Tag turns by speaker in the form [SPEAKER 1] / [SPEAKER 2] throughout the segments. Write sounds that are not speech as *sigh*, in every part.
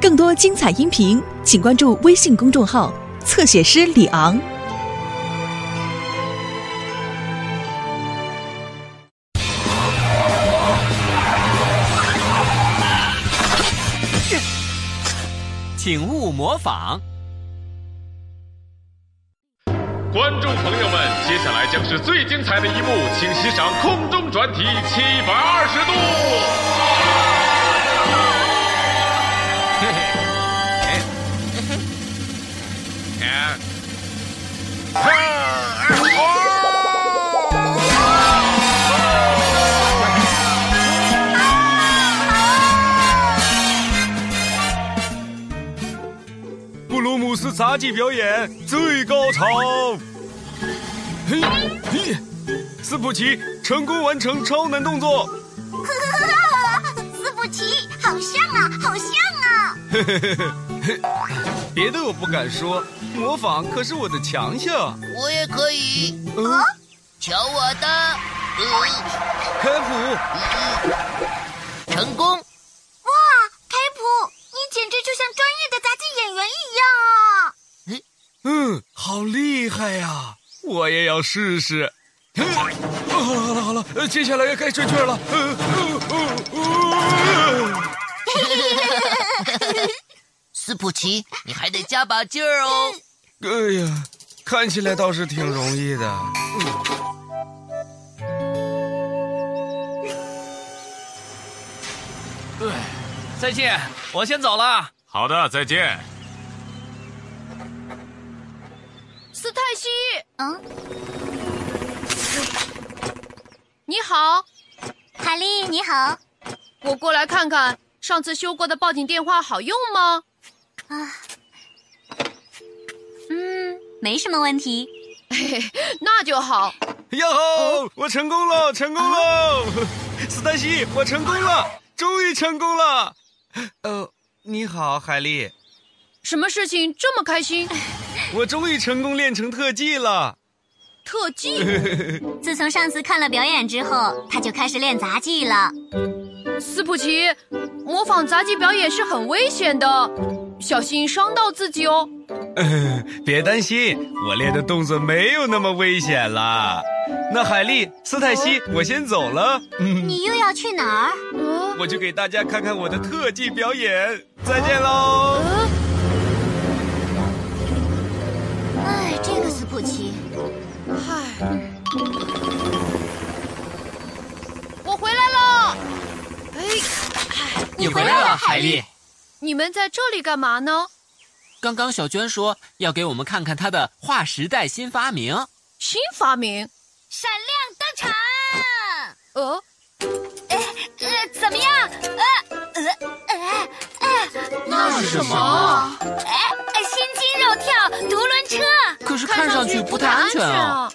[SPEAKER 1] 更多精彩音频，请关注微信公众号“侧写师李昂”。
[SPEAKER 2] 请勿模仿。
[SPEAKER 3] 观众朋友们，接下来将是最精彩的一幕，请欣赏空中转体七百二十度。
[SPEAKER 2] 嘿嘿，哎，
[SPEAKER 4] 布鲁姆斯杂技表演最高潮。嘿，嘿，斯普奇成功完成超难动作。
[SPEAKER 5] *laughs* 斯普奇，好像啊，好像啊！
[SPEAKER 4] 别的我不敢说，模仿可是我的强项。
[SPEAKER 6] 我也可以，
[SPEAKER 4] 嗯，
[SPEAKER 6] 瞧我的，呃，
[SPEAKER 4] 开普，
[SPEAKER 6] 成功！
[SPEAKER 5] 哇，开普，你简直就像专业的杂技演员一样啊！
[SPEAKER 4] 嗯，好厉害呀、我也要试试。嗯哦好了好了好了，呃接下来该追剧了。呃呃呃呃
[SPEAKER 6] 斯普奇，你还得加把劲儿哦。
[SPEAKER 4] 哎呀，看起来倒是挺容易的。
[SPEAKER 2] 再见，我先走了。
[SPEAKER 3] *laughs* 好的，再见。
[SPEAKER 7] 斯泰西，
[SPEAKER 5] 嗯，
[SPEAKER 7] 你好，
[SPEAKER 5] 卡莉你好啊，
[SPEAKER 7] 我过来看看上次修过的报警电话好用吗？
[SPEAKER 5] 嗯，没什么问题。
[SPEAKER 7] 那就好。
[SPEAKER 4] 呀吼！我成功了，成功了！斯黛西，我成功了，终于成功了。呃，你好，海莉，
[SPEAKER 7] 什么事情这么开心？
[SPEAKER 4] 我终于成功练成特技了。 *laughs*
[SPEAKER 7] 特
[SPEAKER 5] *laughs*
[SPEAKER 7] 技？
[SPEAKER 5] 自从上次看了表演之后，他就开始练杂技了。
[SPEAKER 7] 斯普奇，模仿杂技表演是很危险的，小心伤到自己哦。
[SPEAKER 4] 别担心，我练的动作没有那么危险啦。那海莉、斯黛西，我先走了，嗯，
[SPEAKER 5] 你又要去哪儿？
[SPEAKER 7] 嗯、
[SPEAKER 4] 我去给大家看看我的特技表演，再见喽。
[SPEAKER 7] 呃
[SPEAKER 5] 哎，这个斯普奇，
[SPEAKER 7] 唉，我回来了。哎，
[SPEAKER 5] 你回来了
[SPEAKER 2] 海莉。
[SPEAKER 7] 你们在这里干嘛呢？
[SPEAKER 2] 刚刚小娟说要给我们看看她的划时代新发明。
[SPEAKER 7] 新发明？
[SPEAKER 5] 闪亮登场！
[SPEAKER 7] 呃，
[SPEAKER 5] 呃，怎么样？呃呃呃
[SPEAKER 7] 那是什么？
[SPEAKER 5] 呃，心惊肉跳，独轮车，
[SPEAKER 2] 可是
[SPEAKER 7] 看上去不太安全啊！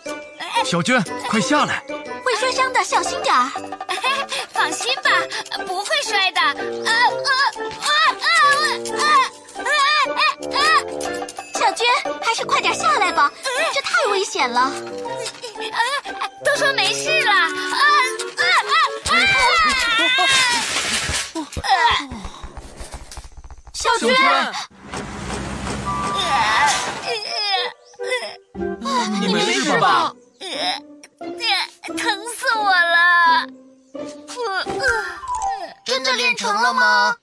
[SPEAKER 8] 小娟，快下来！
[SPEAKER 5] 会摔伤的，小心点儿。 *laughs* 放心吧，不会摔的。啊啊啊啊啊啊啊！小娟，还是快点下来吧，这太危险了。呃都说没事了。呃啊啊啊小娟，呃
[SPEAKER 2] 你没
[SPEAKER 7] 是？吧？
[SPEAKER 5] 疼死我了！呃
[SPEAKER 6] 真的练成了吗？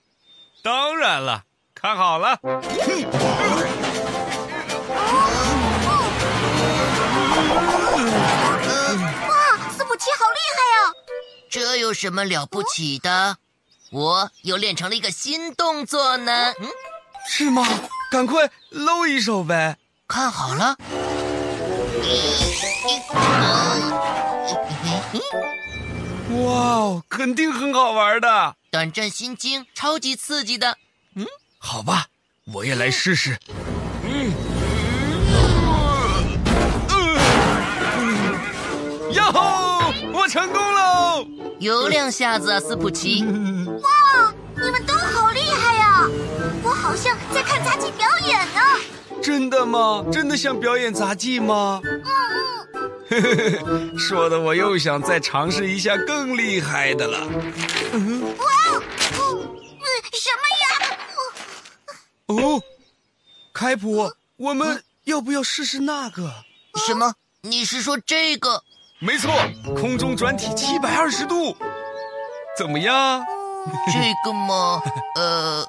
[SPEAKER 4] 当然了，看好了。
[SPEAKER 5] 哇，斯普奇好厉害呀、
[SPEAKER 6] 这有什么了不起的？我又练成了一个新动作呢。嗯，
[SPEAKER 4] 是吗？赶快露一手呗！
[SPEAKER 6] 看好了。
[SPEAKER 4] 哇哦，肯定很好玩的。
[SPEAKER 6] 短暂心惊，超级刺激的。
[SPEAKER 4] 好吧，我也来试试。嗯，呀嗯吼！我成功喽！
[SPEAKER 6] 有两下子啊，斯普奇。
[SPEAKER 5] 哇，你们都好厉害呀、我好像在看杂技表演呢。
[SPEAKER 4] 真的吗？真的想表演杂技吗？ *laughs* 说的我又想再尝试一下更厉害的了。
[SPEAKER 5] 哇哦，嗯，
[SPEAKER 4] 凯哦普，我们要不要试试那个？
[SPEAKER 6] 什么？你是说这个？
[SPEAKER 4] 没错，空中转体七百二十度，怎么样？
[SPEAKER 6] 这个嘛，呃，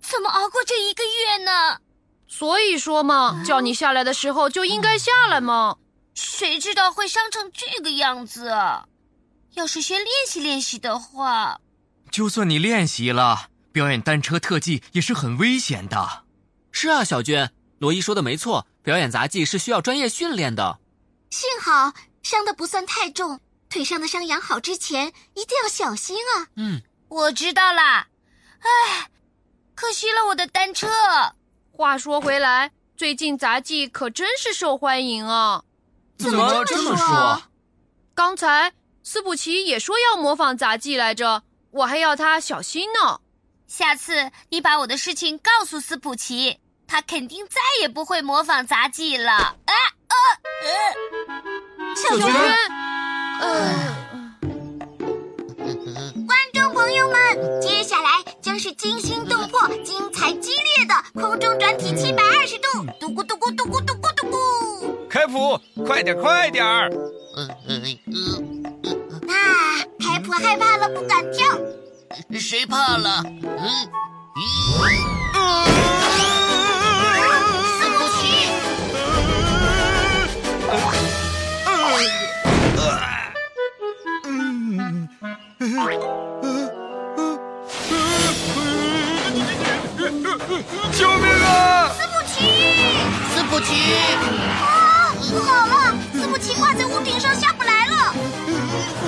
[SPEAKER 5] 怎么熬过这一个月呢？
[SPEAKER 7] 所以说嘛，叫你下来的时候就应该下来嘛。
[SPEAKER 5] 谁知道会伤成这个样子啊？要是先练习练习的话，
[SPEAKER 8] 就算你练习了，表演单车特技也是很危险的。
[SPEAKER 2] 是啊，小娟，罗伊说的没错，表演杂技是需要专业训练的。
[SPEAKER 5] 幸好伤的不算太重，腿上的伤养好之前一定要小心啊。
[SPEAKER 2] 嗯，
[SPEAKER 5] 我知道啦，唉，可惜了我的单车。
[SPEAKER 7] 话说回来，最近杂技可真是受欢迎啊。
[SPEAKER 2] 怎
[SPEAKER 5] 么这么说？
[SPEAKER 7] 刚才斯普奇也说要模仿杂技来着，我还要他小心呢。
[SPEAKER 5] 下次你把我的事情告诉斯普奇，他肯定再也不会模仿杂技了。啊啊呃！小
[SPEAKER 7] 小
[SPEAKER 5] 娟
[SPEAKER 7] 娟，呃。
[SPEAKER 5] 观众朋友们，接下来将是惊心动魄、精彩激烈的空中转体七百二十度，嘟咕嘟咕嘟咕嘟咕嘟咕。
[SPEAKER 4] 凯普，快点，快点儿！
[SPEAKER 6] 呃呃
[SPEAKER 5] 那凯普害怕了，不敢跳。
[SPEAKER 6] 呃，谁怕了？嗯，
[SPEAKER 5] 斯普奇，
[SPEAKER 4] 救命啊！
[SPEAKER 5] 斯普奇，
[SPEAKER 6] 斯普奇，
[SPEAKER 5] 啊，不好了，斯普奇挂在屋顶上下不来了。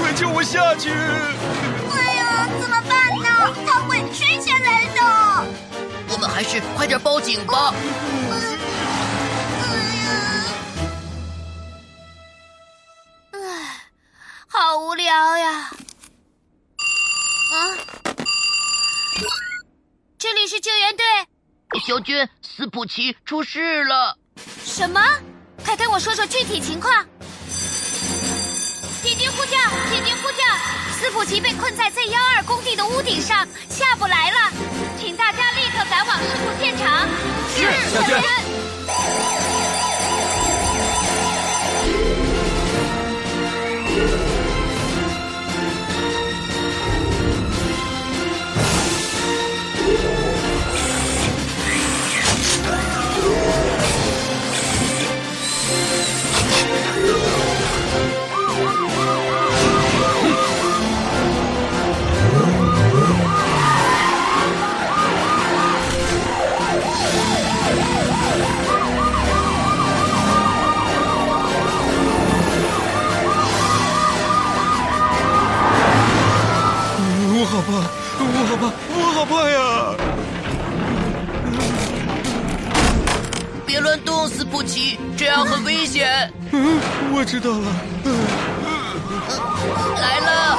[SPEAKER 4] 快救我下去！
[SPEAKER 5] 哎呀，怎么办呢？他会摔下来的。
[SPEAKER 6] 我们还是快点报警吧。
[SPEAKER 5] 好无聊呀！啊，这里是救援队。
[SPEAKER 6] 小娟，斯普奇出事了。
[SPEAKER 5] 什么？快跟我说说具体情况！铁钉呼叫，铁钉呼叫！斯普奇被困在 Z 幺二工地的屋顶上，下不来了，请大家立刻赶往事故现场。是，
[SPEAKER 2] 小娟。
[SPEAKER 4] 我好怕，我好怕，我好怕呀！
[SPEAKER 6] 别乱动，斯普奇，这样很危险。
[SPEAKER 4] 嗯，我知道了。
[SPEAKER 6] 嗯来了，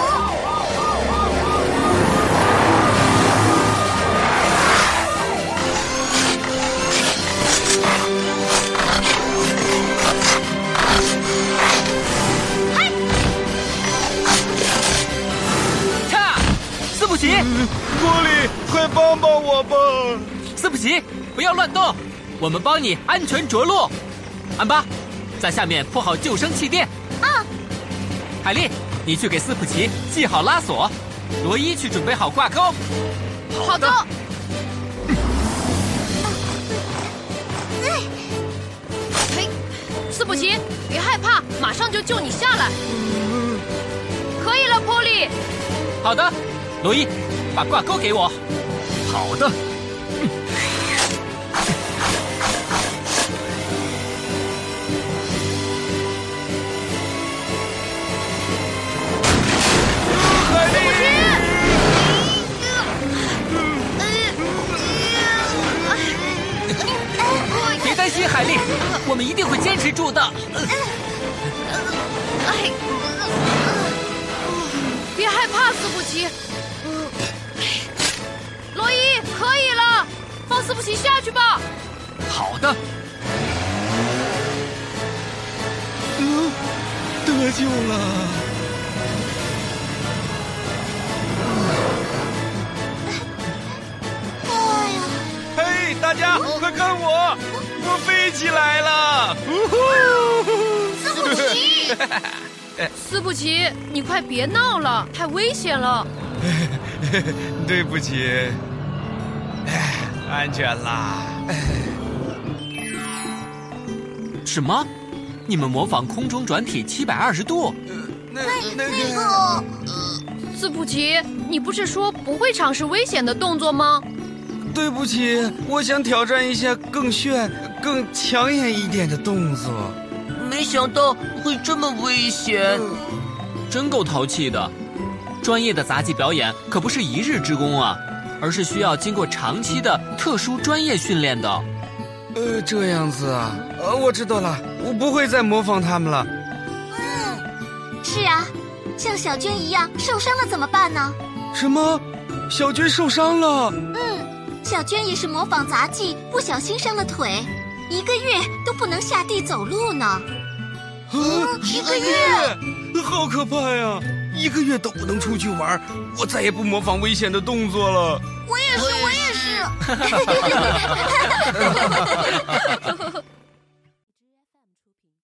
[SPEAKER 2] 看，斯普奇，
[SPEAKER 4] 嗯波利，快帮帮我吧！
[SPEAKER 2] 斯普奇，不要乱动，我们帮你安全着陆。安巴，在下面铺好救生气垫。啊，海莉，你去给斯普奇系好拉锁，罗伊去准备好挂钩。
[SPEAKER 7] 好的。嘿，斯普奇，别害怕，马上就救你下来。可以了，波利。
[SPEAKER 2] 好的，罗伊，把挂钩给我。
[SPEAKER 8] 好的，
[SPEAKER 2] *laughs* 别担心，海莉，我们一定会坚持住的。
[SPEAKER 7] 哎，别害怕，斯普奇。罗伊，可以了，放斯普奇下去吧。
[SPEAKER 8] 好的，
[SPEAKER 4] 得救了。
[SPEAKER 5] 哎呀，
[SPEAKER 4] 嘿，大起来了！ *laughs* 呜呼！
[SPEAKER 7] 斯普奇，你快别闹了，太危险了。
[SPEAKER 4] 对不起，唉安全啦。
[SPEAKER 2] 什么？你们模仿空中转体七百二十度？
[SPEAKER 4] 呃那那
[SPEAKER 5] 那
[SPEAKER 4] 个
[SPEAKER 5] 个，
[SPEAKER 7] 斯普奇，你不是说不会尝试危险的动作吗？
[SPEAKER 4] 对不起，我想挑战一下更炫、更抢眼一点的动作。
[SPEAKER 6] 没想到会这么危险。
[SPEAKER 2] 真够淘气的！专业的杂技表演可不是一日之功啊，而是需要经过长期的特殊专业训练的。
[SPEAKER 4] 呃，这样子啊，呃，我知道了，我不会再模仿他们了。
[SPEAKER 5] 是啊，像小娟一样受伤了怎么办呢？
[SPEAKER 4] 什么？小娟受伤了？
[SPEAKER 5] 小娟也是模仿杂技，不小心伤了腿，一个月都不能下地走路呢。
[SPEAKER 4] 啊，一个月，好可怕呀！一个月都不能出去玩，我再也不模仿危险的动作了。
[SPEAKER 5] 我也是，我也是。